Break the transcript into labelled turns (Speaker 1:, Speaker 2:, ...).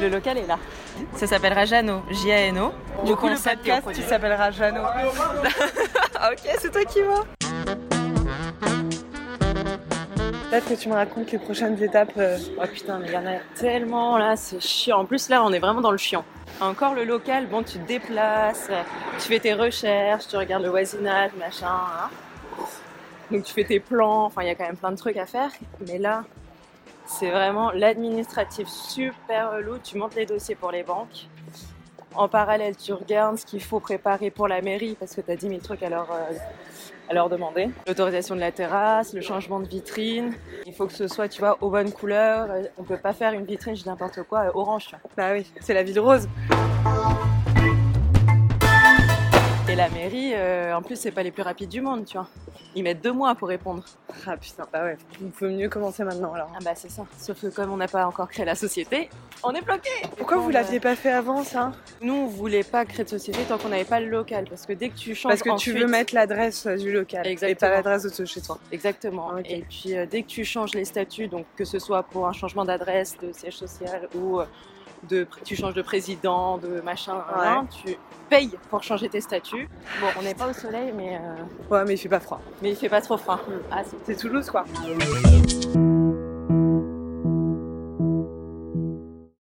Speaker 1: Le local est là.
Speaker 2: Ça s'appellera Jeannot, J-A-N-O.
Speaker 1: Du coup, le podcast, tu s'appelleras Jeannot.
Speaker 2: ok, c'est toi qui vois.
Speaker 1: Peut-être que tu me racontes les prochaines étapes. euh,
Speaker 2: Oh putain, mais il y en a tellement là, c'est chiant. En plus, là, on est vraiment dans le chiant. Encore le local, bon, tu te déplaces, euh, tu fais tes recherches, tu regardes le voisinage, machin. hein. Donc, tu fais tes plans, enfin, il y a quand même plein de trucs à faire. Mais là, c'est vraiment l'administratif super relou. Tu montes les dossiers pour les banques. En parallèle, tu regardes ce qu'il faut préparer pour la mairie parce que tu as 10 000 trucs à leur, euh, à leur demander. L'autorisation de la terrasse, le changement de vitrine. Il faut que ce soit, tu vois, aux bonnes couleurs. Euh, On peut pas faire une vitrine, je dis n'importe quoi, euh, orange. tu vois.
Speaker 1: Bah oui, c'est la ville rose.
Speaker 2: Et la mairie, euh, en plus, c'est pas les plus rapides du monde, tu vois. Ils mettent deux mois pour répondre.
Speaker 1: Ah putain, bah ouais, il faut mieux commencer maintenant alors.
Speaker 2: Ah bah c'est ça. Sauf que comme on n'a pas encore créé la société, on est bloqué.
Speaker 1: Pourquoi vous l'aviez pas fait avant ça
Speaker 2: Nous, on voulait pas créer de société tant qu'on n'avait pas le local, parce que dès que tu changes,
Speaker 1: Parce que tu
Speaker 2: ensuite-
Speaker 1: veux mettre l'adresse euh, du local et pas
Speaker 2: Exactement.
Speaker 1: l'adresse de ce chez toi.
Speaker 2: Exactement.
Speaker 1: Ah, Ok.
Speaker 2: Et puis euh, dès que tu changes les statuts, donc que ce soit pour un changement d'adresse, de siège social ou euh, de tu changes de président, de machin, hein, tu payes pour changer tes statuts. Bon, on n'est pas au soleil, mais euh,
Speaker 1: Ouais, mais il fait pas froid. Mm.
Speaker 2: mais il fait pas trop froid. Ah, c'est
Speaker 1: C'est Toulouse quoi.